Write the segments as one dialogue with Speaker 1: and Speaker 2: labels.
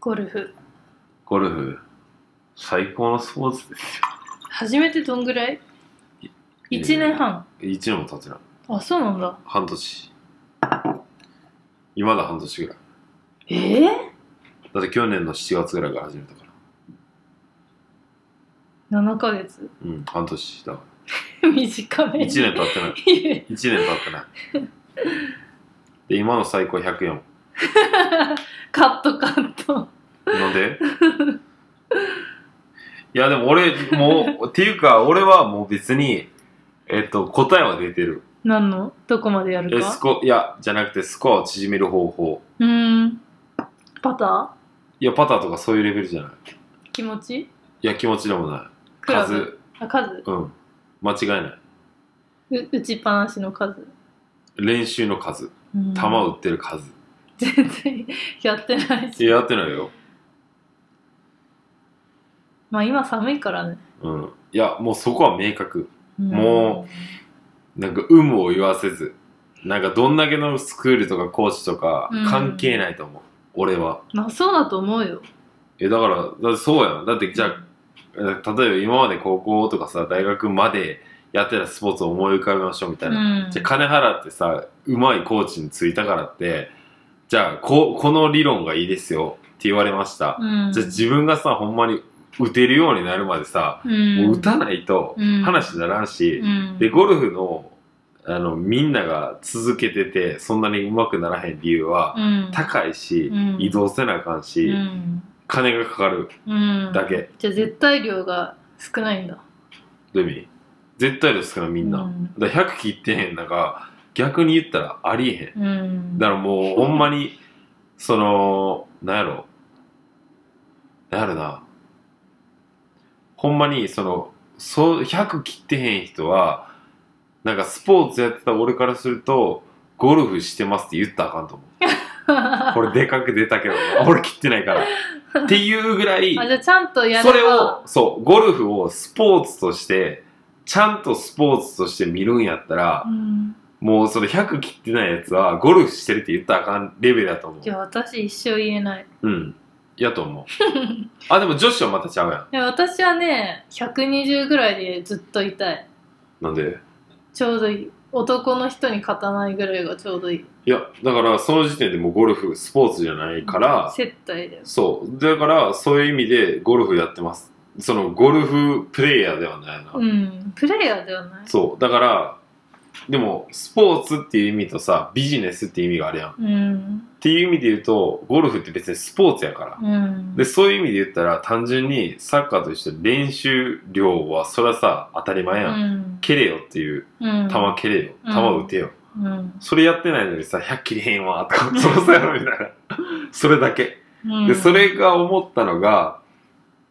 Speaker 1: ゴルフ
Speaker 2: ゴルフ、最高のスポーツですよ。
Speaker 1: 始めてどんぐらい
Speaker 2: い
Speaker 1: ?1 年半
Speaker 2: 1年も経ってない。
Speaker 1: あそうなんだ
Speaker 2: 半年。今だ半年ぐらい。
Speaker 1: ええ
Speaker 2: だって去年の7月ぐらいから始めたから。
Speaker 1: 7ヶ月
Speaker 2: うん、半年だか
Speaker 1: 短
Speaker 2: ら。1
Speaker 1: め
Speaker 2: 年経ってない。
Speaker 1: 年
Speaker 2: 1年経ってない。で、今の最高104。
Speaker 1: カットカット
Speaker 2: なんでいや、でも俺、もう、っていうか、俺はもう別に、えっと、答えは出てる。
Speaker 1: 何のどこまでやる
Speaker 2: え、ス
Speaker 1: か
Speaker 2: コ、いや、じゃなくて、スコアを縮める方法。
Speaker 1: うーんパタ
Speaker 2: いや、パターとかそういうレベルじゃない。
Speaker 1: ー気持ち
Speaker 2: いや、気持ちでもない。
Speaker 1: クラブ
Speaker 2: 数、
Speaker 1: あ数
Speaker 2: うん。間違いない。
Speaker 1: う打ちっぱなしの数
Speaker 2: 練習の数、
Speaker 1: うん
Speaker 2: 球を打ってる数。
Speaker 1: 全然 やってない
Speaker 2: い
Speaker 1: し
Speaker 2: や、やってないよ。
Speaker 1: まあ今寒いからね、
Speaker 2: うん。いや、もうそこは明確。
Speaker 1: うん
Speaker 2: もなんか、有無を言わせず。なんか、どんだけのスクールとかコーチとか
Speaker 1: うん、
Speaker 2: 関係ないと思う。俺は。
Speaker 1: まあそうだと思うよ
Speaker 2: え、だから、だってそうやん。だって、じゃあ、え例えば今まで高校とかさ、大学までやってたスポーツを思い浮かべましょうみたいな。
Speaker 1: うん
Speaker 2: じゃあ金払ってさ、うまいコーチについたからって、じゃあ、ここの理論がいいですよって言われました。
Speaker 1: うん
Speaker 2: じゃあ自分がさ、ほんまに打てるようになるまでさ、
Speaker 1: うん
Speaker 2: もう打たないと
Speaker 1: うん
Speaker 2: 話にならんし、
Speaker 1: うん
Speaker 2: で、ゴルフの、あの、みんなが続けてて、そんなに上手くならへん理由は、
Speaker 1: うん
Speaker 2: 高いし、
Speaker 1: うん
Speaker 2: 移動せなあかんし、
Speaker 1: うん
Speaker 2: 金がかかる
Speaker 1: うん
Speaker 2: だけ。
Speaker 1: じゃあ絶対量が少ないんだ
Speaker 2: どういう意味絶対ですからみんな。
Speaker 1: うん
Speaker 2: だから100切ってへんなんか、逆に言ったらありえへん。
Speaker 1: うん
Speaker 2: だからもうほんまに、その、なんやろ。なんやろな。ほんまに、その、そう、100切ってへん人は、なんかスポーツやってた俺からすると、ゴルフしてますって言ったらあかんと思 う。これでかく出たけど、 俺切ってないから。っていうぐら い、
Speaker 1: あじゃあちゃんとやれば
Speaker 2: それを、そう、ゴルフをスポーツとして、ちゃんとスポーツとして見るんやったら
Speaker 1: う、ん
Speaker 2: もうその100切ってないやつは、ゴルフしてるって言ったらあかんレベルだと思う
Speaker 1: じ。ゃあ私一生言えない
Speaker 2: うん。やと思う。あ、でも女子はまたちゃうやん。
Speaker 1: いや私はね120ぐらいでずっと痛い
Speaker 2: なんで
Speaker 1: ちょうどいい男の人に勝たないぐらいがちょうどいい
Speaker 2: いや、だからその時点でもうゴルフ、スポーツじゃないから、
Speaker 1: 接待だよ
Speaker 2: そう。だから、そういう意味でゴルフやってます。その、ゴルフプレイヤーではないな。
Speaker 1: うんプレイヤーではない
Speaker 2: そう。だから、でも、スポーツっていう意味とさ、ビジネスっていう意味があるやん。っ
Speaker 1: うん
Speaker 2: ていう意味で言うと、ゴルフって別にスポーツやから。
Speaker 1: うん
Speaker 2: で、そういう意味で言ったら、単純にサッカーと一緒で練習量は、それはさ、当たり前
Speaker 1: う
Speaker 2: やん。
Speaker 1: ん
Speaker 2: 蹴れよっていう、
Speaker 1: うん
Speaker 2: 球蹴れよ、
Speaker 1: うん
Speaker 2: 球打てよ。
Speaker 1: うん
Speaker 2: それやってないのにさ、100切れへんわ、とか、そうそうやろ、みたいな。それだけ。
Speaker 1: うん
Speaker 2: で、それが思ったのが、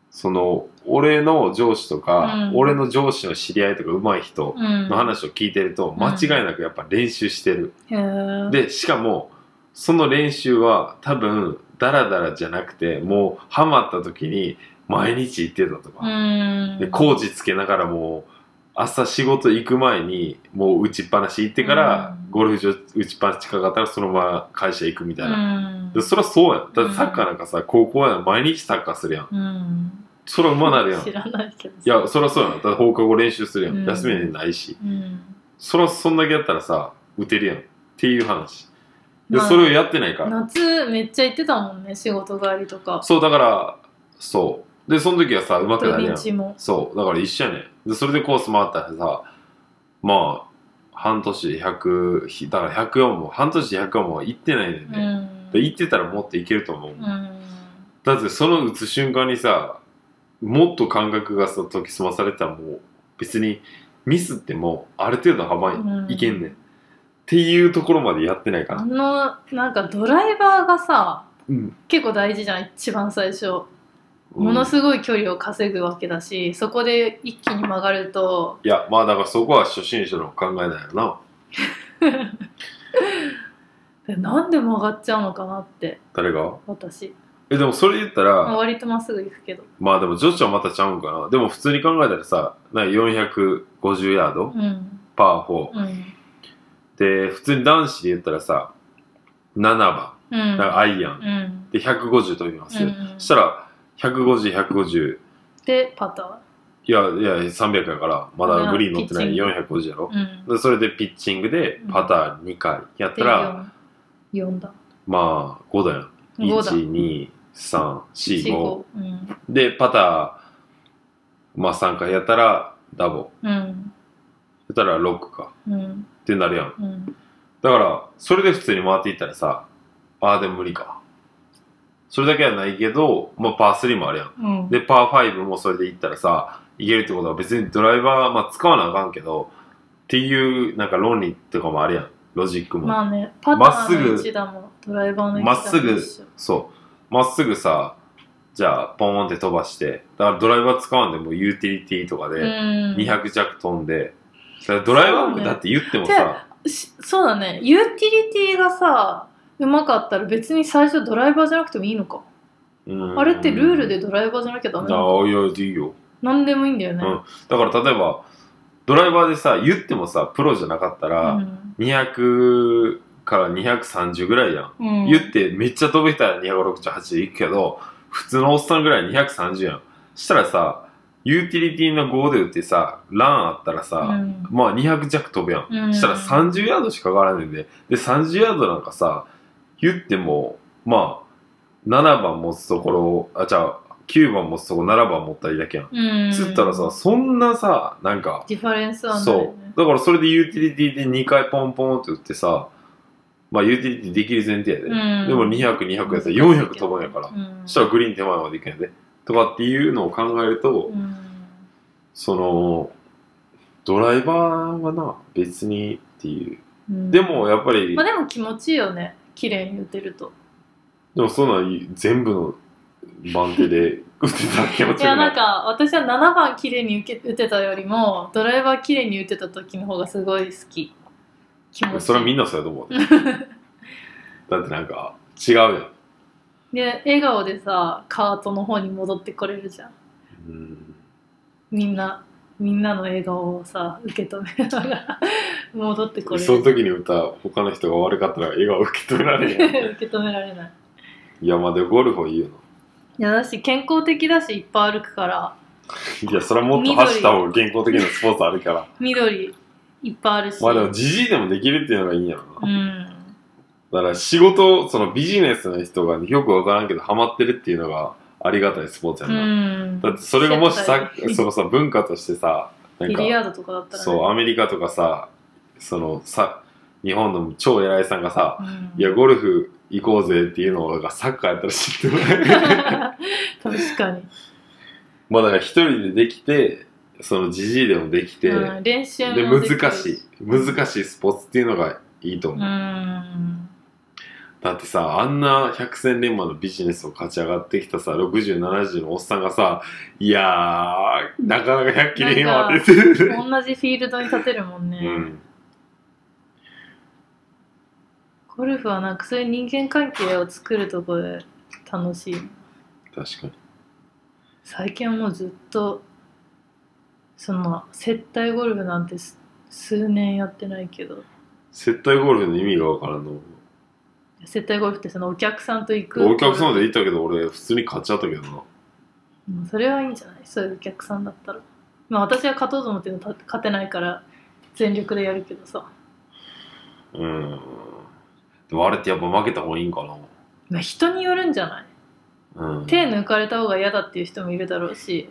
Speaker 2: その、俺の上司とか、
Speaker 1: うん
Speaker 2: 俺の上司の知り合いとか上手い人
Speaker 1: の
Speaker 2: の話を聞いてると、
Speaker 1: ん
Speaker 2: 間違いなくやっぱ練習してる。
Speaker 1: へー
Speaker 2: で、しかも、その練習は多分、ダラダラじゃなくて、もう、ハマった時に、毎日行ってたと
Speaker 1: う
Speaker 2: か。
Speaker 1: ん
Speaker 2: で、工事つけながらもう、朝仕事行く前に、もう打ちっぱなし行ってから、
Speaker 1: うん
Speaker 2: ゴルフ場打ちっぱなし近かったら、そのまま会社行くみたいな。
Speaker 1: うん
Speaker 2: でそりゃそうやん。だってサッカーなんかさ、高校やん。毎日サッカーするやん。
Speaker 1: うん
Speaker 2: そりゃ馬なるやん。
Speaker 1: 知
Speaker 2: い
Speaker 1: らないけどい
Speaker 2: や、そりゃそうやん。だって放課後練習するやん。
Speaker 1: うん
Speaker 2: 休みにないし。
Speaker 1: うん
Speaker 2: そりゃそんだけやったらさ、打てるやん。っていう話。で、
Speaker 1: まあ
Speaker 2: それをやってないから。
Speaker 1: 夏めっちゃ行ってたもんね仕事帰りとか
Speaker 2: そう、だから、そう。で、その時はさ、上手
Speaker 1: 土
Speaker 2: くなるやん。
Speaker 1: 日も
Speaker 2: そう。だから一緒やねん。で、それでコース回ったらさ、まあ、半年で100、ひだから104も、半年で104も行ってないねん
Speaker 1: う
Speaker 2: ね。
Speaker 1: ん
Speaker 2: で行ってたらもっといけると思う。
Speaker 1: うん
Speaker 2: だってその打つ瞬間にさもっと感覚がさ研ぎ澄まされてたらもう別にミスってもある程度幅
Speaker 1: うん
Speaker 2: いけんねん、っていうところまでやってないか
Speaker 1: あ
Speaker 2: ら、
Speaker 1: のなんかドライバーがさ
Speaker 2: うん
Speaker 1: 結構大事じゃん一番最初もの
Speaker 2: うん
Speaker 1: すごい距離を稼ぐわけだしそこで一気に曲がると
Speaker 2: いやまあだからそこは初心者の考えだよな
Speaker 1: えなんで曲がっちゃうのかなって
Speaker 2: 誰が
Speaker 1: 私
Speaker 2: えでもそれ言った
Speaker 1: まあ
Speaker 2: ら
Speaker 1: 割とまっすぐ行くけど
Speaker 2: まあでも女子はまたちゃうんかなでも普通に考えたらさなんか450ヤー
Speaker 1: う
Speaker 2: ド
Speaker 1: ん
Speaker 2: パー4
Speaker 1: うん
Speaker 2: で普通に男子で言ったらさ7番
Speaker 1: うん
Speaker 2: なんかアイアン
Speaker 1: うん
Speaker 2: で150飛びますよ、
Speaker 1: うん
Speaker 2: そしたら150150
Speaker 1: でパタ
Speaker 2: いやいや300やからまだグリーン乗ってない
Speaker 1: うん
Speaker 2: 450やろ
Speaker 1: ー、うん、
Speaker 2: でそれでピッチングでパター2回やった
Speaker 1: で
Speaker 2: ら、
Speaker 1: 4 4だ
Speaker 2: まあ5だよ
Speaker 1: 5だ
Speaker 2: 12345
Speaker 1: 45うん、
Speaker 2: でパターまあ3回やったらダボ
Speaker 1: うん
Speaker 2: やったら6か
Speaker 1: うん
Speaker 2: ってなるやん
Speaker 1: うん、
Speaker 2: だからそれで普通に回っていったらさああでも無理かそれだけはないけど、まあ、パー3もあるやん
Speaker 1: うん、
Speaker 2: で、パー5もそれでいったらさ、いけるってことは別にドライバー、まあ、使わなあかんけど、っていう、なんか論理とかもあるやん。ロジックも。
Speaker 1: まあねパタ
Speaker 2: まっす
Speaker 1: ー
Speaker 2: ぐ
Speaker 1: の位置だもんドライバーの位置だもん
Speaker 2: まっすぐ
Speaker 1: 一緒
Speaker 2: そう。まっすぐさ、じゃあ、ポーンって飛ばして、だからドライバー使わんでもユーティリティとか
Speaker 1: う
Speaker 2: で、
Speaker 1: ん
Speaker 2: 200弱飛んで、だからドライバー
Speaker 1: そう
Speaker 2: も
Speaker 1: ね
Speaker 2: だって言っても
Speaker 1: じ
Speaker 2: さ、
Speaker 1: しそうだねユーティリティがさうまかったら別に最初ドライバーじゃなくてもいいのか
Speaker 2: うん
Speaker 1: あれってルールでドライバーじゃなきゃダメなの
Speaker 2: ああ、いや、いいよ。
Speaker 1: 何でもいいんだよね
Speaker 2: うんだから例えば、ドライバーでさ、言ってもさ、プロじゃなかった
Speaker 1: う
Speaker 2: ら、
Speaker 1: ん
Speaker 2: 200から230ぐらいやん。
Speaker 1: うん
Speaker 2: 言ってめっちゃ飛べたら25678で行くけど普通のおっさんぐらい230やんしたらさユーティリティの5で打ってさランあったら
Speaker 1: う
Speaker 2: さ、
Speaker 1: ん
Speaker 2: まあ200弱飛ぶや
Speaker 1: う
Speaker 2: ん、
Speaker 1: ん
Speaker 2: したら30ヤードしか上がらねんでで30ヤードなんかさ言ってもまあ7番持つところをあじゃあ9番持つところ7番持ったりだけやん、
Speaker 1: うん
Speaker 2: つったらさそんなさなんか
Speaker 1: ディファレンスはない
Speaker 2: そ
Speaker 1: よ
Speaker 2: う。だからそれでユーティリティで2回ポンポンって打ってさ、まあユーティリティできる前提やで。
Speaker 1: ね
Speaker 2: でも
Speaker 1: 200
Speaker 2: 200、200やったら400飛ばんやから。
Speaker 1: うん
Speaker 2: そしたらグリーン手前までいけんやで。とかっていうのを考えると、
Speaker 1: うん
Speaker 2: その、ドライバーはな、別にってい
Speaker 1: う
Speaker 2: う。
Speaker 1: ん
Speaker 2: でもやっぱり、
Speaker 1: まあでも気持ちいいよね綺麗に打てると
Speaker 2: でもそんなん全部の番手で打ってたら気持
Speaker 1: い
Speaker 2: ち
Speaker 1: や
Speaker 2: よくな
Speaker 1: なん
Speaker 2: い。
Speaker 1: か私は7番綺麗に受け打てたよりもドライバー綺麗に打てた時の方がすごい好き気持ちいい
Speaker 2: それはみんなそうやと思う。だってなんか、違うやん。
Speaker 1: で笑顔でさカートの方に戻ってこれるじゃん
Speaker 2: うん
Speaker 1: みんなみんなの笑顔をさ受け止めながら 戻ってこれる
Speaker 2: その時に歌他の人が悪かったら笑顔受け止められへん
Speaker 1: 受け止められない
Speaker 2: いやまあでもゴルフはいいよ
Speaker 1: いやだし健康的だしいっぱい歩くから
Speaker 2: ないやそれはもっと走った方が健康的なスポーツあるから
Speaker 1: 緑いっぱいあるし
Speaker 2: まあでもじじいでもできるっていうのがいいんやろ
Speaker 1: う
Speaker 2: な、
Speaker 1: ん
Speaker 2: だから仕事そのビジネスの人がよくわからんけどハマってるっていうのがありがたいスポーツや
Speaker 1: う
Speaker 2: な、
Speaker 1: ん
Speaker 2: だってそれがもし さ
Speaker 1: 接待
Speaker 2: そのさ文化としてさな
Speaker 1: ビ
Speaker 2: んか
Speaker 1: リヤードとかだったらね、
Speaker 2: そうアメリカとかさそのさ日本の超偉いさんがさ
Speaker 1: うん
Speaker 2: いやゴルフ行こうぜっていうのがサッカーやったら知ってもらえる
Speaker 1: 確かに、
Speaker 2: まあだから一人でできて、そのじじいでもできて、
Speaker 1: うん、練習も
Speaker 2: で、
Speaker 1: できる
Speaker 2: 難しい、難しいスポーツっていうのがいいと
Speaker 1: う
Speaker 2: 思う。
Speaker 1: ん
Speaker 2: だってさ、あんな百戦錬磨のビジネスを勝ち上がってきたさ、60、70のおっさんがさ、いやー、なかなか100キロへん
Speaker 1: な
Speaker 2: わ
Speaker 1: ん
Speaker 2: っ
Speaker 1: か
Speaker 2: て言ってる。
Speaker 1: 同じフィールドに立てるもんね、
Speaker 2: うん。
Speaker 1: ゴルフはなんかそういう人間関係を作るとこで楽しい
Speaker 2: 確かに。
Speaker 1: 最近はもうずっとその接待ゴルフなんてす数年やってないけど
Speaker 2: 接待ゴルフの意味がわからんの。
Speaker 1: 接待ゴルフってそのお客さんと行く
Speaker 2: お客様で
Speaker 1: い
Speaker 2: 言ったけど、俺、普通に勝ち合ったけどな。
Speaker 1: それはいいんじゃないそういうお客さんだったらまあ私は勝とうと思ってもた勝てないから全力でやるけどさ、
Speaker 2: うん。でもあれってやっぱ負けた方がいいんか
Speaker 1: まあ、人によるんじゃない
Speaker 2: な。うん。
Speaker 1: 手抜かれた方が嫌だっていう人もいるだろうし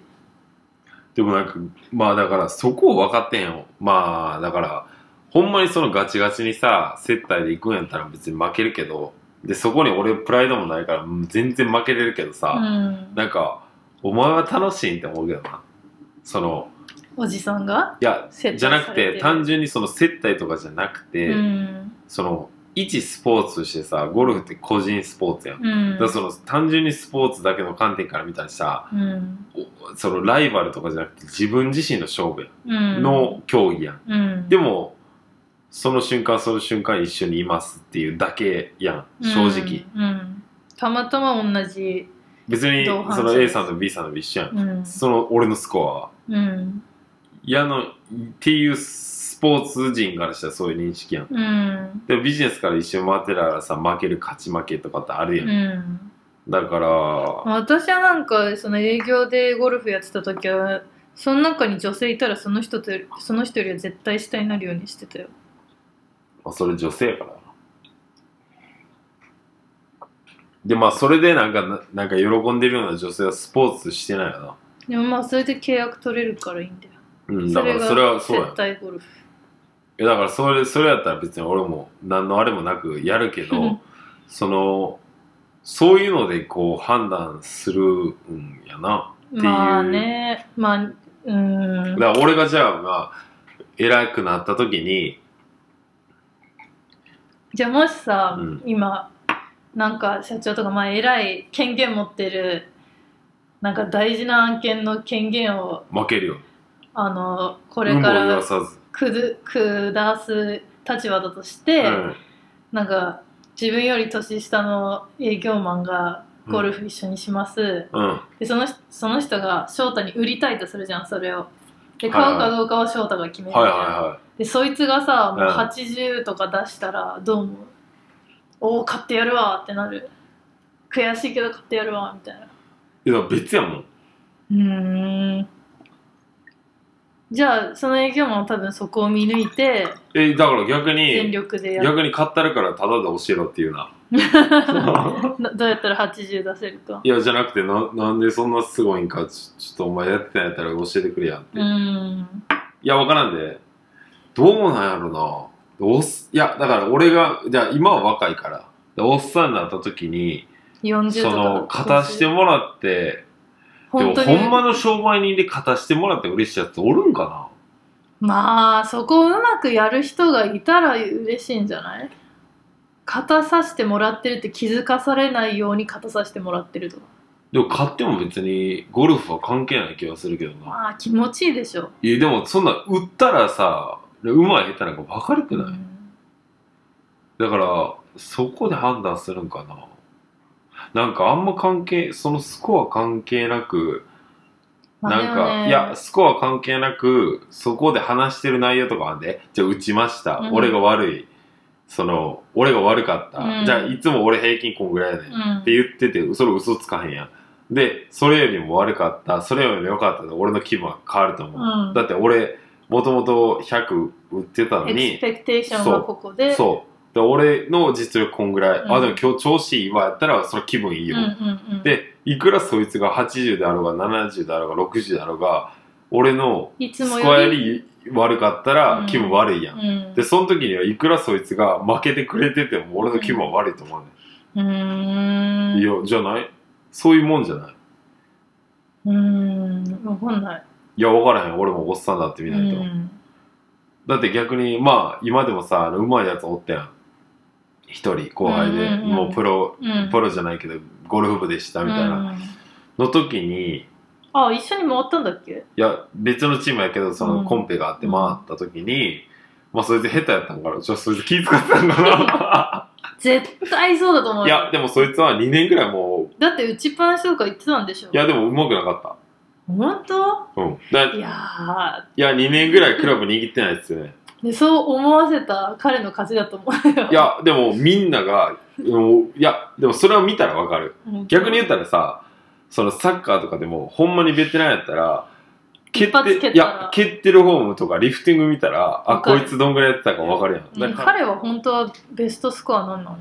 Speaker 2: でもなんか、まあだからそこを分かってへんよ。まあだから、ほんまにそのガチガチにさ、接待で行くんやったら別に負けるけど、で、そこに俺プライドもないから、うん全然負けれるけど
Speaker 1: う
Speaker 2: さ、
Speaker 1: ん
Speaker 2: なんか、お前は楽しいんって思うけどな。その、
Speaker 1: おじさんが
Speaker 2: いや、
Speaker 1: 接待
Speaker 2: じゃな
Speaker 1: さ
Speaker 2: く
Speaker 1: れ
Speaker 2: て、単純にその接待とかじゃなくて、
Speaker 1: うん
Speaker 2: その、一スポーツとしてさ、ゴルフって個人スポーツやん。だ
Speaker 1: うん
Speaker 2: からその、単純にスポーツだけの観点から見たらさ、
Speaker 1: うん
Speaker 2: おそのライバルとかじゃなくて自分自身の勝負や
Speaker 1: うん
Speaker 2: ん。の競技やん。
Speaker 1: うん
Speaker 2: でもその瞬間その瞬間一緒にいますっていうだけやん正直、、
Speaker 1: うんうんたまたま同じ
Speaker 2: 別に
Speaker 1: 同伴
Speaker 2: その
Speaker 1: 者
Speaker 2: A
Speaker 1: です
Speaker 2: さんと B さんと一緒やん、
Speaker 1: うん
Speaker 2: その俺のスコアは
Speaker 1: うん
Speaker 2: やのっていうスポーツ人からしたらそういう認識やん
Speaker 1: うん
Speaker 2: でもビジネスから一緒に回ってたらさ負ける勝ち負けとかってある
Speaker 1: う
Speaker 2: やん、
Speaker 1: ん
Speaker 2: だから、
Speaker 1: 私はなんかその営業でゴルフやってた時はその中に女性いたらその人とその人よりは絶対下になるようにしてたよ
Speaker 2: あそれ女性やからな。で、まあ、それでなんか、ななんか喜んでるような女性はスポーツしてないよな。
Speaker 1: でもまあそれで契約取れるからいいんだよ
Speaker 2: うん、だからそれはそうや
Speaker 1: 絶。対ゴルフ
Speaker 2: いやだからそれそれやったら別に俺も何のあれもなくやるけ
Speaker 1: うん
Speaker 2: どそのそういうのでこう判断するんやなていう
Speaker 1: まあねまあうん
Speaker 2: だから俺がじゃあ、まあ、偉くなった時に
Speaker 1: じゃあもしさ、
Speaker 2: うん
Speaker 1: 今なんか社長とかまあ偉い権限持ってるなんか大事な案件の権限を
Speaker 2: 負けるよ
Speaker 1: あのこ
Speaker 2: こ
Speaker 1: れか
Speaker 2: 有無を言
Speaker 1: ら
Speaker 2: わさず、
Speaker 1: くず下す立場だとして、
Speaker 2: うん
Speaker 1: なんか自分より年下の営業マンがゴルフ一緒にします、
Speaker 2: うん
Speaker 1: でその人その人が翔太に売りたいとするじゃんそれをで
Speaker 2: はい
Speaker 1: 買
Speaker 2: はい
Speaker 1: うかどうかは翔太が決めるじゃ
Speaker 2: は
Speaker 1: ん
Speaker 2: いは
Speaker 1: でそいつがさもううん80とか出したらどう思う、おお買ってやるわってなる悔しいけど買ってやるわみたいない
Speaker 2: はいいや別やもん
Speaker 1: うーんじゃあその営業マンは多分そこを見抜いて
Speaker 2: えだから逆
Speaker 1: 全
Speaker 2: に
Speaker 1: 力でやる
Speaker 2: 逆に買ったるからタダで教えろってい うな
Speaker 1: な どうやったら80出せるか
Speaker 2: いやじゃなくてななんでそんなすごいんかちょちょっとお前やってないやったら教えてくれやんっ
Speaker 1: う
Speaker 2: て
Speaker 1: ーん
Speaker 2: いや、わからんで。どうなんやろな。おっす、いや、だから俺が、じゃあ今は若いから。でおっさんになった時に、
Speaker 1: 40と
Speaker 2: そ
Speaker 1: か
Speaker 2: の、勝たしてもらって、で
Speaker 1: 本
Speaker 2: も
Speaker 1: 当
Speaker 2: ほ
Speaker 1: に
Speaker 2: んまの商売人で勝たしてもらって嬉しいやつおるんか
Speaker 1: まあそこをうまくやる人がいたら嬉しいんじゃない勝たさせてもらってるって気づかされないように勝たさせてもらってるとか
Speaker 2: なでも勝っても別にゴルフは関係ない気がするけどな。
Speaker 1: まあ気持ちいいでしょ
Speaker 2: いや、でもそんな売ったらさ、うまい下手なんか分かるく
Speaker 1: う
Speaker 2: ない、
Speaker 1: ん
Speaker 2: だから、そこで判断するんかな。なんかあんま関係、そのスコア関係なく、
Speaker 1: まあ
Speaker 2: なんか、
Speaker 1: でもね
Speaker 2: いや、スコア関係なく、そこで話してる内容とかあんで、じゃあ打ちました、
Speaker 1: うん
Speaker 2: 俺が悪い、その、俺が悪かった、
Speaker 1: うん
Speaker 2: じゃあいつも俺平均こんぐらいやねん、
Speaker 1: う
Speaker 2: っ
Speaker 1: ん
Speaker 2: て言ってて、それ嘘つかへんやん。で、それよりも悪かった、それよりも良かったで、俺の気分は変わると思う。
Speaker 1: うん
Speaker 2: だって俺、もともと100打ってたの
Speaker 1: エクス
Speaker 2: に、
Speaker 1: ペクテーションがここで
Speaker 2: そう。で、俺の実力こんぐらい、
Speaker 1: うん
Speaker 2: あ、でも今日調子いいわやったら、それ気分いいよ。
Speaker 1: うんうんうん、
Speaker 2: でいくらそいつが80であろうが70であろうが60であろうが俺の
Speaker 1: いつ
Speaker 2: ス
Speaker 1: も
Speaker 2: コア
Speaker 1: よ
Speaker 2: よ
Speaker 1: り
Speaker 2: り悪かった
Speaker 1: う
Speaker 2: ら
Speaker 1: ん
Speaker 2: 気分悪いやん、
Speaker 1: うん
Speaker 2: でその時にはいくらそいつが負けてくれてても俺の気分は悪いと思うね、
Speaker 1: うー
Speaker 2: ん、
Speaker 1: ん
Speaker 2: いやじゃないそういうもんじゃないう
Speaker 1: ーんわかんない
Speaker 2: いや分からへん俺もおっさんだって見ないと、
Speaker 1: うん
Speaker 2: だって逆にまあ今でもさあのうまいやつおったやん一人後輩で、
Speaker 1: うんうんうん
Speaker 2: もうプロ、
Speaker 1: うん
Speaker 2: プロじゃないけどゴルフ部でしたみたいな、
Speaker 1: うん
Speaker 2: の時に
Speaker 1: あ一緒に回ったんだっけ
Speaker 2: いや、別のチームやけど、そうの
Speaker 1: ん
Speaker 2: コンペがあって回った時に、まあ、そいつ下手やったんから、 ちょ、そいつ気遣ってたんか
Speaker 1: 絶対そうだと思
Speaker 2: な。
Speaker 1: う
Speaker 2: い
Speaker 1: よ
Speaker 2: や、でもそいつは2年ぐらいもう、
Speaker 1: だって打ちっぱなしとか言ってたんでしょ
Speaker 2: いや、でも上手くなか
Speaker 1: 本当
Speaker 2: った。うん。だ
Speaker 1: い
Speaker 2: い
Speaker 1: や
Speaker 2: や、2年ぐらいクラブ握ってないですよね。
Speaker 1: ーでそう思わせた彼の勝ちだと思うよ
Speaker 2: いや、でもみんなが、もういや、でもそれを見たらわかる。
Speaker 1: うん
Speaker 2: 逆に言ったらさ、そのサッカーとかでも、ほんまにベテランやったら、蹴っ
Speaker 1: 一発蹴った
Speaker 2: て、
Speaker 1: ら
Speaker 2: いや、蹴ってるフォームとかリフティング見たら、あ、
Speaker 1: わか
Speaker 2: こ
Speaker 1: る
Speaker 2: いつどんぐらいやってたかわかるやん。
Speaker 1: う
Speaker 2: だ
Speaker 1: ん
Speaker 2: から、
Speaker 1: 彼は本当はベストスコア何なの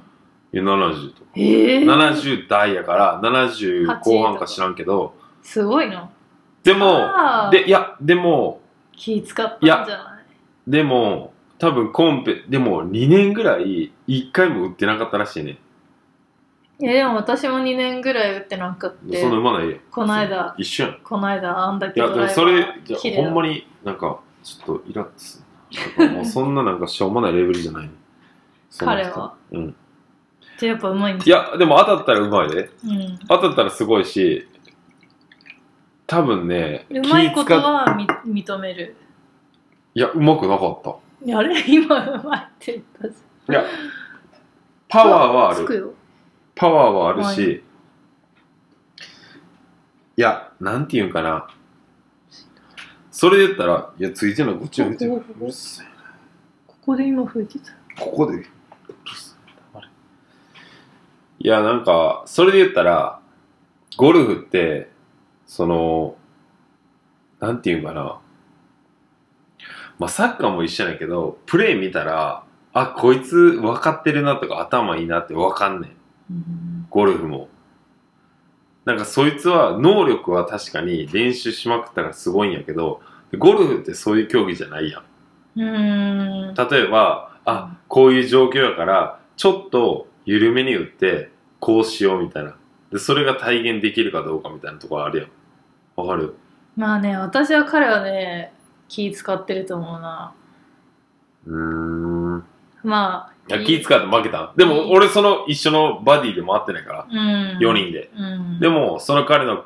Speaker 2: いや70とか。
Speaker 1: ええ
Speaker 2: 70代やから70後半か知らんけど
Speaker 1: すごいな
Speaker 2: でも
Speaker 1: あー
Speaker 2: でいやでも
Speaker 1: 気使ったんじゃない
Speaker 2: でも多分コンペでも2年ぐらい1回も打ってなかったらしいね
Speaker 1: いやでも私も2年ぐらい打ってなくって
Speaker 2: そんな馬ないよ
Speaker 1: この間
Speaker 2: 一緒やん
Speaker 1: この間あんだ
Speaker 2: い
Speaker 1: け
Speaker 2: や
Speaker 1: ド
Speaker 2: でも
Speaker 1: ライバ
Speaker 2: それ
Speaker 1: ー
Speaker 2: じゃ
Speaker 1: 綺
Speaker 2: ほんま
Speaker 1: 麗
Speaker 2: になんかちょっとイラッとする もうそんななんかしょうもないレベルじゃないそんな
Speaker 1: 彼
Speaker 2: 人
Speaker 1: は
Speaker 2: うん
Speaker 1: じゃあやっぱうまいん
Speaker 2: い
Speaker 1: じゃん
Speaker 2: やでも当たったらうまいで
Speaker 1: うん
Speaker 2: 当たったらすごいし多分ね
Speaker 1: うまい
Speaker 2: 気
Speaker 1: こと
Speaker 2: 使っ
Speaker 1: はみ認める
Speaker 2: いやうまくなかった
Speaker 1: いやあれ今うまいって言ったし
Speaker 2: パワーはある
Speaker 1: つくよ
Speaker 2: パワーはあるし、、
Speaker 1: はい
Speaker 2: や、なんていうんかな。それで言ったら、いや、ついてない、こっちを見て
Speaker 1: こ
Speaker 2: る
Speaker 1: ここ。こ
Speaker 2: うるせえ
Speaker 1: ここで今増えてた
Speaker 2: ここで。うるせえ黙れいや、なんか、それで言ったら、ゴルフって、その、なんていうんかな。まあ、サッカーも一緒やけど、プレー見たら、あ、こいつ分かってるなとか頭いいなって分かんねん。
Speaker 1: うん
Speaker 2: ゴルフも。なんかそいつは能力は確かに練習しまくったらすごいんやけど、ゴルフってそういう競技じゃないやん。
Speaker 1: うん
Speaker 2: 例えば、あ、こういう状況やから、ちょっと緩めに打って、こうしようみたいな。で、それが体現できるかどうかみたいなところあるやん。わかる
Speaker 1: まあね私は彼はね気使ってると思うな
Speaker 2: うーん。
Speaker 1: ま
Speaker 2: い
Speaker 1: あ
Speaker 2: や、気使って負けたんでも、俺その一緒のバディで回ってないから、
Speaker 1: うん
Speaker 2: 4人で。
Speaker 1: うん
Speaker 2: でも、その彼の、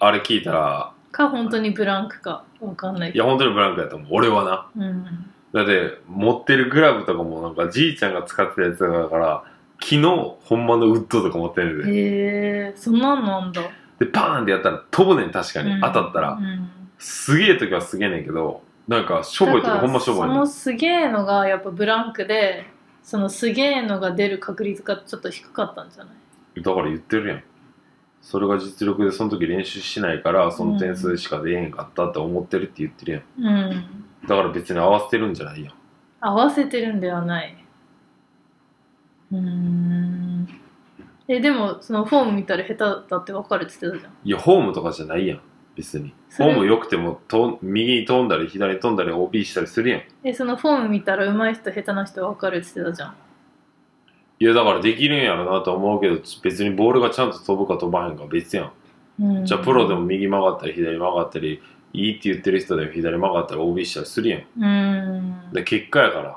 Speaker 2: あれ聞いたら、
Speaker 1: か本当にブランクかわかんない
Speaker 2: い
Speaker 1: けど
Speaker 2: や、本当にブランクやと思う。俺はな。
Speaker 1: うん
Speaker 2: だって、持ってるグラブとかもなんか、じいちゃんが使ってたやつだから、昨日、本間のウッドとか持ってるんで。
Speaker 1: へえそんなんなんだ
Speaker 2: で、パーンってやったら飛ぶねん、確かに。
Speaker 1: うん
Speaker 2: 当たったら
Speaker 1: う。ん
Speaker 2: すげえ時はすげえねんけど、なんか、しょぼい時
Speaker 1: だから
Speaker 2: ほんましょぼい
Speaker 1: そ
Speaker 2: ねん
Speaker 1: の。すげえのがやっぱブランクでそのすげえのが出る確率がちょっと低かったんじゃない
Speaker 2: だから言ってるやん。それが実力でその時練習しないから、その点数しか出えへんかったって思ってるって言ってるやん。
Speaker 1: うん
Speaker 2: だから別に合わせてるんじゃないやん。
Speaker 1: 合わせてるんではないうーんえでもそのフォーム見たら下手だって分かるって言ってたじゃん
Speaker 2: いや、ホームとかじゃないやん。別に。
Speaker 1: そ
Speaker 2: ホ
Speaker 1: れ
Speaker 2: ーム良くても、と右に飛んだり、左に飛んだり、OB したりするやん。
Speaker 1: えそのフォーム見たら上手い人下手な人分かるって言ってたじゃん
Speaker 2: いや、だからできるんやろなとは思うけど、別にボールがちゃんと飛ぶか飛ばへんか別やん。
Speaker 1: うん
Speaker 2: じゃあプロでも右曲がったり、左曲がったり、いいって言ってる人でも左曲がったり、OB したりするやん。
Speaker 1: うん
Speaker 2: で、結果やから。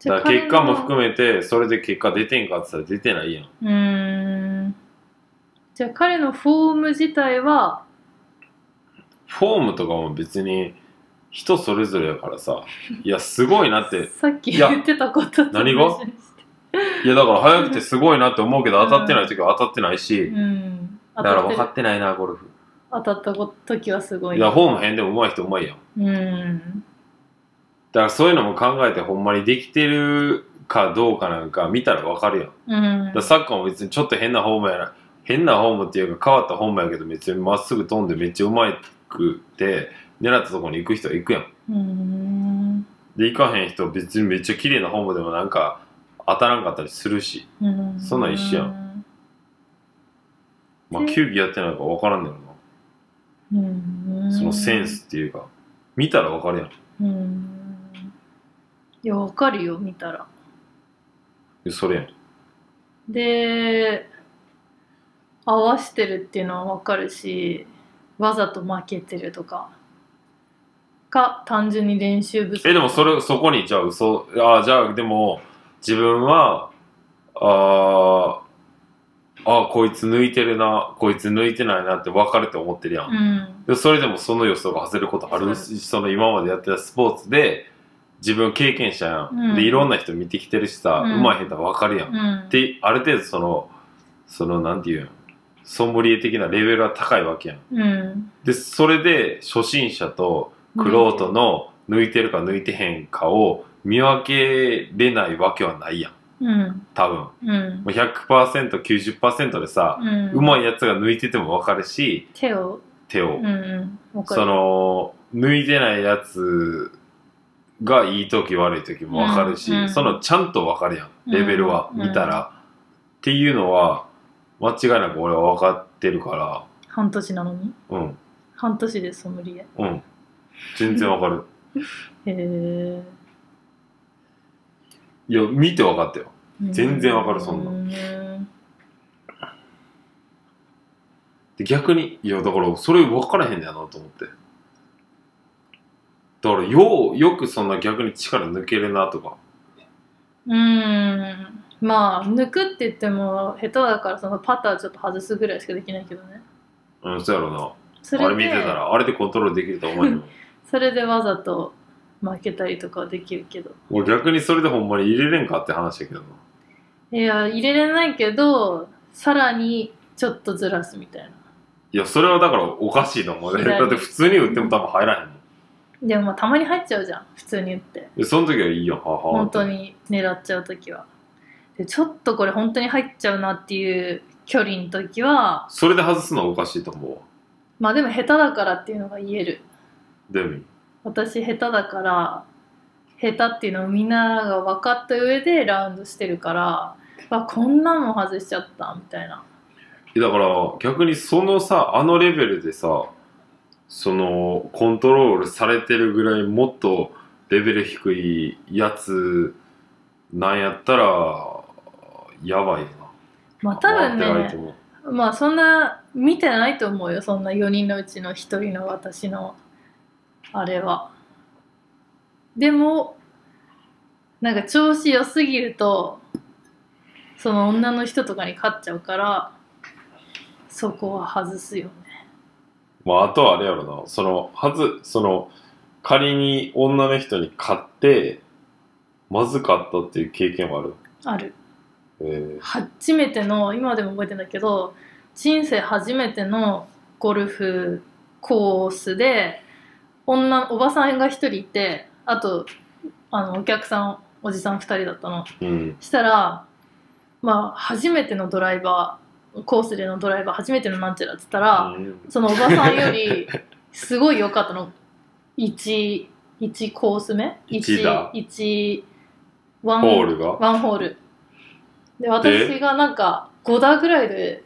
Speaker 1: じゃ
Speaker 2: だ
Speaker 1: あ
Speaker 2: か
Speaker 1: 彼
Speaker 2: ら
Speaker 1: の
Speaker 2: 結果も含めて、それで結果出てんかって言ったら出てないやん。
Speaker 1: うーんじゃあ彼のフォーム自体は
Speaker 2: フォームとかも別に人それぞれやから さ。いや、すごいなって。
Speaker 1: さっき言ってたことと
Speaker 2: 何が
Speaker 1: 同じにして
Speaker 2: いや、だから早くてすごいなって思うけど、当たってない時は当たってないし。
Speaker 1: うん当
Speaker 2: だから
Speaker 1: たっ
Speaker 2: 分
Speaker 1: て
Speaker 2: か
Speaker 1: る
Speaker 2: ってないな、ゴルフ。
Speaker 1: 当たったご時はすごい
Speaker 2: いや、フォーム変でも上手い人上手いやん。
Speaker 1: うん
Speaker 2: だからそういうのも考えてほんまにできてるかどうかなんか見たら分かるやん。だか
Speaker 1: うん
Speaker 2: らサッカーも別にちょっと変なフォームやな。変なフォームっていうか変わったフォームやけど、別にまっすぐ飛んでめっちゃ上手くて、狙ったところに行く人は行くやん。
Speaker 1: うん
Speaker 2: で行かへん人別にめっちゃ綺麗なホームでもなんか当たらんかったりするし
Speaker 1: うん
Speaker 2: そんなん一緒や
Speaker 1: ん
Speaker 2: まあ
Speaker 1: うん
Speaker 2: 球技やってないから分からんねんな
Speaker 1: うん
Speaker 2: そのセンスっていうか見たら分かるやん
Speaker 1: うんいやわかるよ見たら
Speaker 2: でそれやん
Speaker 1: で合わしてるっていうのはわかるしわざと負けてるとかか単純に練習不足
Speaker 2: えでもそれそこにじゃあ嘘あーじゃあでも自分はあーあーこいつ抜いてるなこいつ抜いてないなって分かるって思ってるやん、
Speaker 1: うん
Speaker 2: でそれでもその予想が外れることあるしその今までやってたスポーツで自分経験者やん、
Speaker 1: うん
Speaker 2: でいろんな人見てきてるしさ、
Speaker 1: うん
Speaker 2: うまい下手分かるやん
Speaker 1: うん
Speaker 2: である程度そのそのなんていうんソムリエ的なレベルは高いわけやん
Speaker 1: うん
Speaker 2: でそれで初心者とクロートの抜いてるか抜いてへんかを見分けれないわけはないやん
Speaker 1: うん
Speaker 2: 多分も
Speaker 1: うん
Speaker 2: う 100%90% でさ、
Speaker 1: うん
Speaker 2: うまいやつが抜いてても分かるし
Speaker 1: 手を
Speaker 2: 手を、
Speaker 1: うんうんわかる
Speaker 2: その抜いてないやつがいい時悪い時も分かるし、
Speaker 1: うんうん
Speaker 2: そのちゃんと分かるやんレベルは、
Speaker 1: うんうん
Speaker 2: 見たら、っていうのは間違いなく俺は分かってるか
Speaker 1: 半年なのに
Speaker 2: らうん
Speaker 1: 半年でソムリエ
Speaker 2: うん全然分かる
Speaker 1: へえ
Speaker 2: いや見て分かったよ全然わかるそんな
Speaker 1: な
Speaker 2: で逆にいやだからそれ分からへんねやなと思ってだからようよくそんな逆に力抜けるなとか
Speaker 1: うんまあ抜くって言っても下手だからそのパターちょっと外すぐらいしかできないけどね
Speaker 2: うんそうやろ
Speaker 1: そ
Speaker 2: な
Speaker 1: れ
Speaker 2: あ
Speaker 1: で
Speaker 2: れ見てたらあれでコントロールできると思 うよ
Speaker 1: それでわざと負けたりとかはできるけど
Speaker 2: 俺逆にそれでほんまに入れれんかって話だけどない
Speaker 1: や入れれないけどさらにちょっとずらすみたいない
Speaker 2: やそれはだからおかしいと思うね
Speaker 1: 左
Speaker 2: だって普通に打っても多分入らへんもん
Speaker 1: でもまあたまに入っちゃうじゃん普通に打って
Speaker 2: でその時はいいよはあはあ
Speaker 1: 本当に狙っちゃう時はでちょっとこれ本当に入っちゃうなっていう距離の時は
Speaker 2: それで外すのはおかしいと思うわ
Speaker 1: まあでも下手だからっていうのが言える
Speaker 2: どういう意味
Speaker 1: 私下手だから下手っていうのをみんなが分かった上でラウンドしてるからわこんなんも外しちゃったみたいな
Speaker 2: えだから逆にそのさあのレベルでさそのコントロールされてるぐらいもっとレベル低いやつなんやったらやばいよ
Speaker 1: まあ
Speaker 2: な
Speaker 1: 多分
Speaker 2: 回ってないと
Speaker 1: ね
Speaker 2: 思う
Speaker 1: まあそんな見てないと思うよそんな4人のうちの1人の私のあれはでもなんか調子良すぎるとその女の人とかに勝っちゃうからそこは外すよね
Speaker 2: まあ、あとはあれやろな、その、はず、その、仮に女の人に買って、まずかったっていう経験はある。
Speaker 1: ある
Speaker 2: えー、
Speaker 1: 初めての今でも覚えてんだけど人生初めてのゴルフコースで女おばさんが一人いてあとあのお客さんおじさん二人だったの
Speaker 2: うん。
Speaker 1: したらまあ初めてのドライバーコースでのドライバー初めてのなんちゃらっつったら、
Speaker 2: うん
Speaker 1: そのおばさんよりすごい良かったの 1, 1コース目
Speaker 2: 一だ
Speaker 1: 1ワン
Speaker 2: ホールが
Speaker 1: ワンホール。で、私がなんか5打ぐらいで、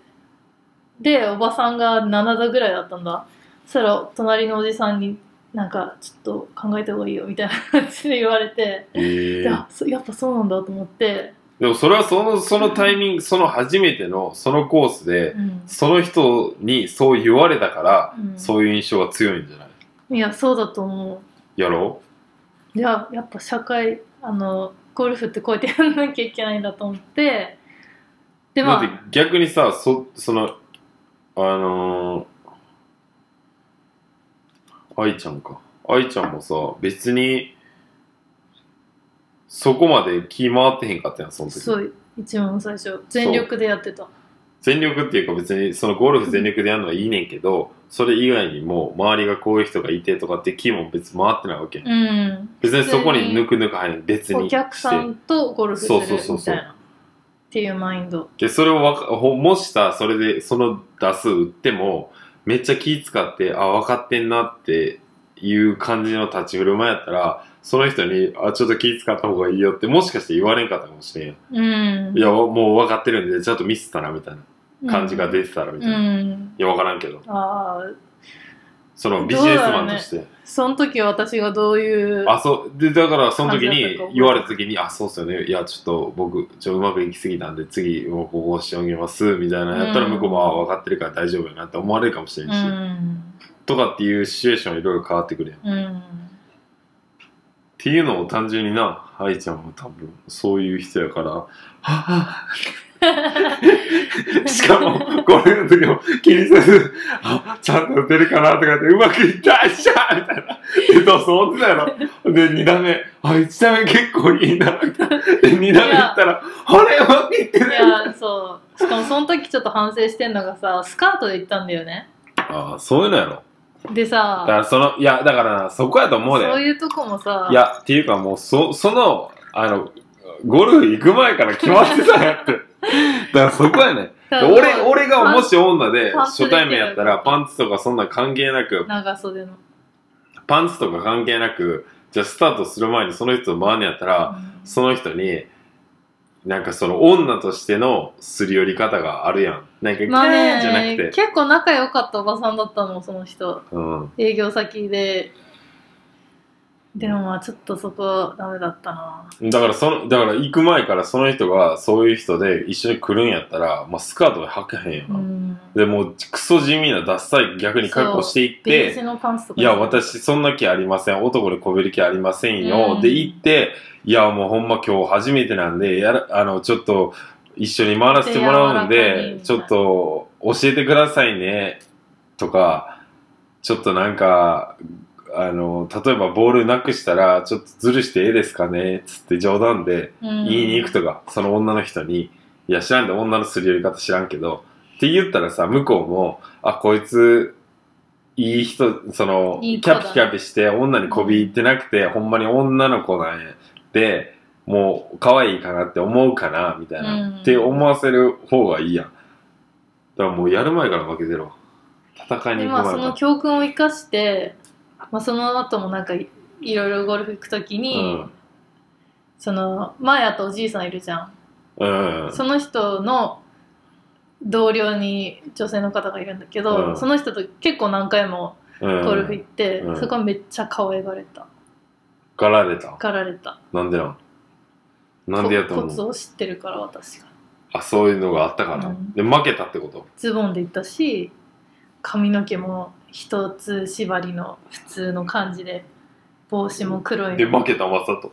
Speaker 1: で、おばさんが7打ぐらいだったんだ。そしたら、隣のおじさんに、なんか、ちょっと考えた方がいいよ、みたいな感じで言われて、
Speaker 2: えー
Speaker 1: いや、そやっぱそうなんだと思って、
Speaker 2: でもそれはその、そのタイミング、その初めての、そのコースで、
Speaker 1: うん。
Speaker 2: その人にそう言われたから、
Speaker 1: うん
Speaker 2: そういう印象が強いんじゃない
Speaker 1: いや、そうだと思
Speaker 2: やろ
Speaker 1: う。いや、やっぱ社会、あの、ゴルフってこうやってやんなきゃいけないんだと思って、で、
Speaker 2: う、
Speaker 1: ま
Speaker 2: だっ
Speaker 1: あ、
Speaker 2: て逆にさ、そ、その、あのー、愛ちゃんか。愛ちゃんもさ、別に、そこまで気回ってへんかったやん、その時。
Speaker 1: そう、一番最初、全力でやってた。
Speaker 2: 全力っていうか別にそのゴルフ全力でやるのはいいねんけど、それ以外にも周りがこういう人がいてとかって気も別に回ってないわけ、
Speaker 1: うん。
Speaker 2: 別にそこにぬくぬく入る別に
Speaker 1: お客さ
Speaker 2: して
Speaker 1: んとゴルフするみた
Speaker 2: そう
Speaker 1: い
Speaker 2: そうそうそう
Speaker 1: なっていうマインド
Speaker 2: でそれをわかほもしたそれでその打数打ってもめっちゃ気使ってあ分かってんなっていう感じの立ち振る舞いやったらその人にあちょっと気使った方がいいよってもしかして言われんかったかもしれんやん
Speaker 1: うん
Speaker 2: いやもう分かってるんでちょっとミスったなみたいな感じが出てたらみた
Speaker 1: う
Speaker 2: いな、い
Speaker 1: ん
Speaker 2: や分からんけど
Speaker 1: ああ
Speaker 2: そのビジネスマンとして、
Speaker 1: その時私がどういう
Speaker 2: あ、そう、で、だから、その時
Speaker 1: 感じだった
Speaker 2: に
Speaker 1: か覚えてる
Speaker 2: 言われた時に、あ、そうっすよね。いや、ちょっと僕、ちょ、うまくいきすぎたんで、次、もうここしてあげます、みたいな。やったら、
Speaker 1: うん
Speaker 2: 向こうも、あ分かってるから大丈夫やなって思われるかもしれ
Speaker 1: うん
Speaker 2: し、
Speaker 1: ん
Speaker 2: とかっていうシチュエーションはいろいろ変わってくるやん。っ
Speaker 1: うん
Speaker 2: ていうのを単純にな、愛ちゃんも多分、そういう人やから、はあ、しかも、これの時も気にせず、あ、ちゃんと打てるかなとかって、うまくいったよっしゃーみたいな。で、どうぞ思ってたやろ。で、2打目、あ、1打目結構いいな、みたいな。で、2打目行ったら、あれ、うまくいって
Speaker 1: い
Speaker 2: る
Speaker 1: やそうしかもその時ちょっと反省してんのがさスカートで行ったんだよね
Speaker 2: ああ、そういうのやろ。
Speaker 1: で
Speaker 2: だか
Speaker 1: さ
Speaker 2: ら、その、いや、だからな、そこやと思うで。
Speaker 1: そういうとこもさ
Speaker 2: いや、っていうかもう、そ、その、あの、ゴルフ行く前から決まってたんや って。だからそこやねん。
Speaker 1: だから
Speaker 2: 俺、俺がもし女で
Speaker 1: パンツ
Speaker 2: 初対面やったら、パンツとかそんな関係なく、
Speaker 1: 長袖の
Speaker 2: パンツとか関係なく、じゃあスタートする前にその人と回んねやったら、その人に、なんかその女としてのすり寄り方があるやん。なんか、
Speaker 1: まあ
Speaker 2: キャーじゃなく
Speaker 1: ね
Speaker 2: て。
Speaker 1: 結構仲良かったおばさんだったのその人
Speaker 2: うん。
Speaker 1: 営業先ででもまあちょっとそこダメだったな
Speaker 2: だからその、だから行く前からその人がそういう人で一緒に来るんやったら、まあスカートで履けへんや。
Speaker 1: うんん
Speaker 2: で、もうクソ地味なダッサい逆に格好していっ
Speaker 1: ベー
Speaker 2: て
Speaker 1: ジ、ュのパンツとか
Speaker 2: いや、私、そんな気ありません。男にこびる気ありませんよ。
Speaker 1: うん
Speaker 2: で、行って、いや、もうほんま今日初めてなんで、やら、あの、ちょっと、一緒に回らせてもらうん
Speaker 1: で柔らかに
Speaker 2: で、ちょっと、教えてくださいね。とか、ちょっとなんか、あの、例えばボールなくしたら、ちょっとズルしてええですかねつって冗談で、
Speaker 1: うん
Speaker 2: 言いに行くとか、その女の人に、いや、知らんで、女のすり寄り方知らんけど、って言ったらさ、向こうも、あ、こいつ、いい人、その、
Speaker 1: いい
Speaker 2: キ
Speaker 1: 子だ
Speaker 2: ャピキャピして、女にこびってなくて、ほんまに女の子なんや。で、もう可愛いかなって思うかなみたいな、
Speaker 1: うん
Speaker 2: って思わせる方がいいやんだからもうやる前から負けてろ戦いに
Speaker 1: で
Speaker 2: 行く
Speaker 1: まあ
Speaker 2: 前
Speaker 1: そ
Speaker 2: か
Speaker 1: の
Speaker 2: ら
Speaker 1: 教訓を生かして、まあ、その後もなんかいいろいろゴルフ行くときに、
Speaker 2: うん
Speaker 1: その前あとおじいさんいるじゃん、
Speaker 2: うん
Speaker 1: その人の同僚に女性の方がいるんだけど、
Speaker 2: うん
Speaker 1: その人と結構何回も
Speaker 2: うん
Speaker 1: ゴルフ行って、
Speaker 2: うん
Speaker 1: そこはめっちゃ可愛がれた
Speaker 2: かられた
Speaker 1: かられた
Speaker 2: なんでなんなんでやと
Speaker 1: ココツ
Speaker 2: 思う
Speaker 1: を知ってるから私が
Speaker 2: あそういうのがあったから、
Speaker 1: うん
Speaker 2: で負けたってこと
Speaker 1: ズボンで行ったし髪の毛も一つ縛りの普通の感じで帽子も黒いの
Speaker 2: で負けたまさと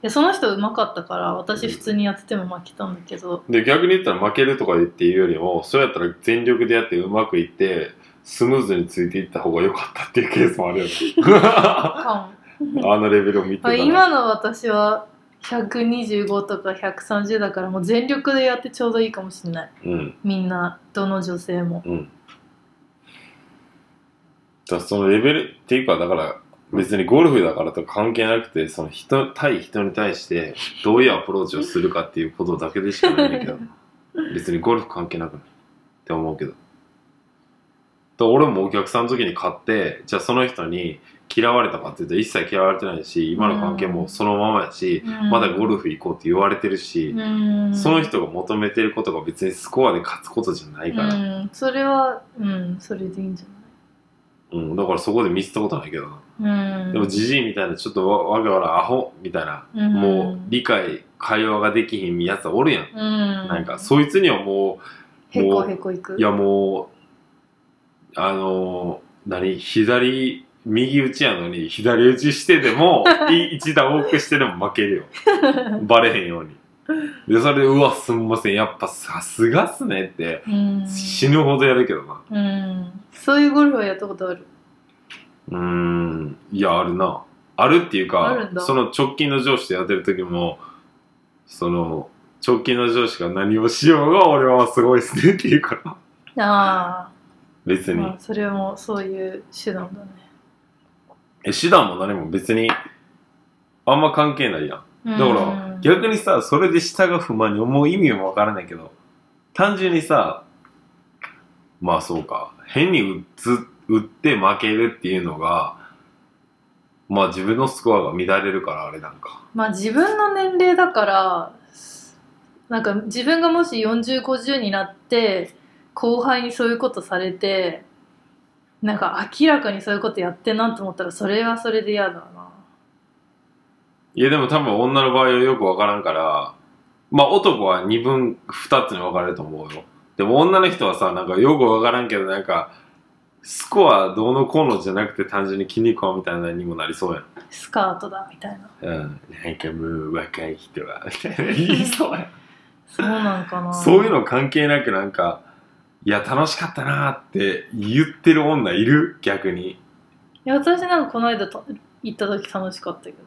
Speaker 1: でその人うまかったから私普通にやってても負けたんだけど
Speaker 2: で逆に言ったら負けるとか言っていうよりもそうやったら全力でやってうまくいってスムーズについていった方が良かったっていうケースもあるよ ね
Speaker 1: か
Speaker 2: あのレベルを見てた
Speaker 1: も
Speaker 2: ら
Speaker 1: 今の私は125とか130だからもう全力でやってちょうどいいかもしれない
Speaker 2: うん
Speaker 1: みんなどの女性も
Speaker 2: うんだからそのレベルっていうかだから別にゴルフだからとか関係なくてその人対人に対してどういうアプローチをするかっていうことだけでしかないんだけど別にゴルフ関係なくないって思うけどだから俺もお客さんの時に買ってじゃあその人に嫌われたかって言ったら一切嫌われてないし今の関係もそのままやし、まだゴルフ行こうって言われてるし、
Speaker 1: うん
Speaker 2: その人が求めてることが別にスコアで勝つことじゃないから、
Speaker 1: うんそれはうんそれでいいんじ
Speaker 2: うん、だからそこで見せたことないけどな。
Speaker 1: ゃないうん
Speaker 2: でも、じじいみたいな、ちょっとわわけわからんアホみたいな、
Speaker 1: うん
Speaker 2: もう理解、会話ができひんやつおるやん。
Speaker 1: うん
Speaker 2: なんか、そいつにはも
Speaker 1: へこへこいく
Speaker 2: う、いやもう、あのー、何、左、右打ちやのに、左打ちしてで も、い一打多くしてでも負けるよ。バレへんように。で、それで、うわ、すんません、やっぱさすがっすねって、
Speaker 1: うん
Speaker 2: 死ぬほどやるけどな。
Speaker 1: うんそういうゴルフはやったことある
Speaker 2: うーん、いや、あるな。あるっていう
Speaker 1: あ
Speaker 2: か
Speaker 1: るん、だ
Speaker 2: その直近の上司とやってる時も、その、直近の上司が何をしようが俺はすごいっすねっていうから、
Speaker 1: あ
Speaker 2: 別
Speaker 1: あ、
Speaker 2: に。
Speaker 1: まあ、それもそういう手段だね
Speaker 2: え、手段も何も別に、あんま関係ないやん。だから、逆にさ、それで下が不満に思う意味もわからないけど、単純にさ、まあそうか、変に打つ、打って負けるっていうのが、まあ自分のスコアが乱れるからあれなんか。
Speaker 1: まあ自分の年齢だからなんか自分がもし4050になって後輩にそういうことされてなんか明らかにそういうことやってんなと思ったらそれはそれで嫌だない
Speaker 2: やでも多分女の場合はよくわからんから、まあ男は二分二つに分かれると思うよ。でも女の人はさ、なんかよくわからんけどなんか、スコアどうのこうのじゃなくて単純に筋肉をみたいなのにもなりそうやん。
Speaker 1: スカートだみたいな
Speaker 2: うん。なんかもう若い人は、みたいな言い そうや
Speaker 1: そうなんかな
Speaker 2: ん。そういうの関係なくなんか、いや楽しかったなーって言ってる女いる逆に。
Speaker 1: いや私なんかこの間と行った時楽しかったけど
Speaker 2: い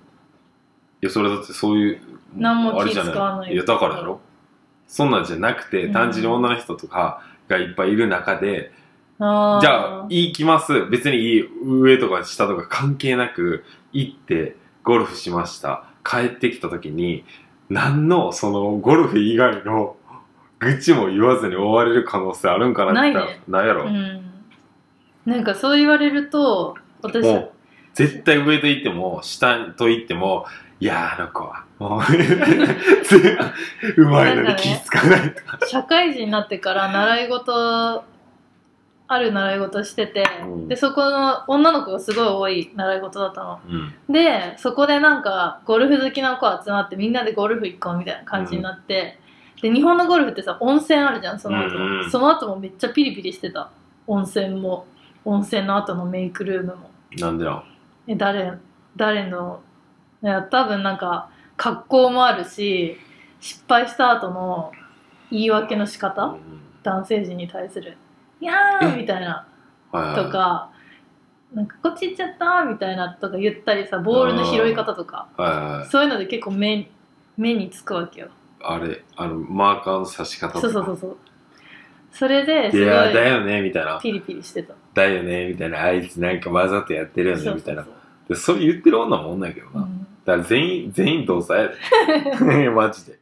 Speaker 2: や、それだってそういう、
Speaker 1: 何も
Speaker 2: あれじゃ
Speaker 1: 気使わない
Speaker 2: いや、だからやろ。そんなんじゃなくて、
Speaker 1: うん
Speaker 2: 単純に女の人とかがいっぱいいる中で、
Speaker 1: あー
Speaker 2: じゃあ、いいきます。別にいい、上とか下とか関係なく、行って、ゴルフしました。帰ってきた時に、何の、その、ゴルフ以外の、愚痴も言わずに終われる可能性あるんかなって言ったら
Speaker 1: ないね
Speaker 2: ないやろ。
Speaker 1: うんなんかそう言われると私
Speaker 2: もう絶対上と言っても下と言ってもいやーあの子はも うつうまいのに気ぃつかないとか、
Speaker 1: 社会人になってから習い事ある習い事してて、
Speaker 2: うん
Speaker 1: でそこの女の子がすごい多い習い事だったの
Speaker 2: うん
Speaker 1: でそこでなんかゴルフ好きな子集まってみんなでゴルフ行こうみたいな感じになって、で日本のゴルフってさ温泉あるじゃんその後、
Speaker 2: うんうん
Speaker 1: その後もめっちゃピリピリしてた温泉も温泉の後のメイクルームも
Speaker 2: なんでなん
Speaker 1: え誰誰のいや多分なんか格好もあるし失敗した後の言い訳の仕方、
Speaker 2: うん
Speaker 1: 男性陣に対する「いやー」
Speaker 2: え
Speaker 1: みたいな
Speaker 2: はいはい
Speaker 1: とか「なんかこっち行っちゃった」みたいなとか言ったりさボールの拾い方とか
Speaker 2: はいはい
Speaker 1: そういうので結構目目につくわけよ
Speaker 2: あれあのマーカーの刺し方とか
Speaker 1: そうそうそうそうそれです
Speaker 2: い
Speaker 1: ご
Speaker 2: やーだ
Speaker 1: い
Speaker 2: よねみたいな
Speaker 1: ピリピリしてた
Speaker 2: だよねみたいなあいつなんかわざとやってるよ
Speaker 1: そ
Speaker 2: ね
Speaker 1: う
Speaker 2: みた
Speaker 1: そ
Speaker 2: いな
Speaker 1: うそう
Speaker 2: でそれ言ってる女も女やけど
Speaker 1: う
Speaker 2: な、
Speaker 1: ん
Speaker 2: だから全員、全員同罪やで。マジで。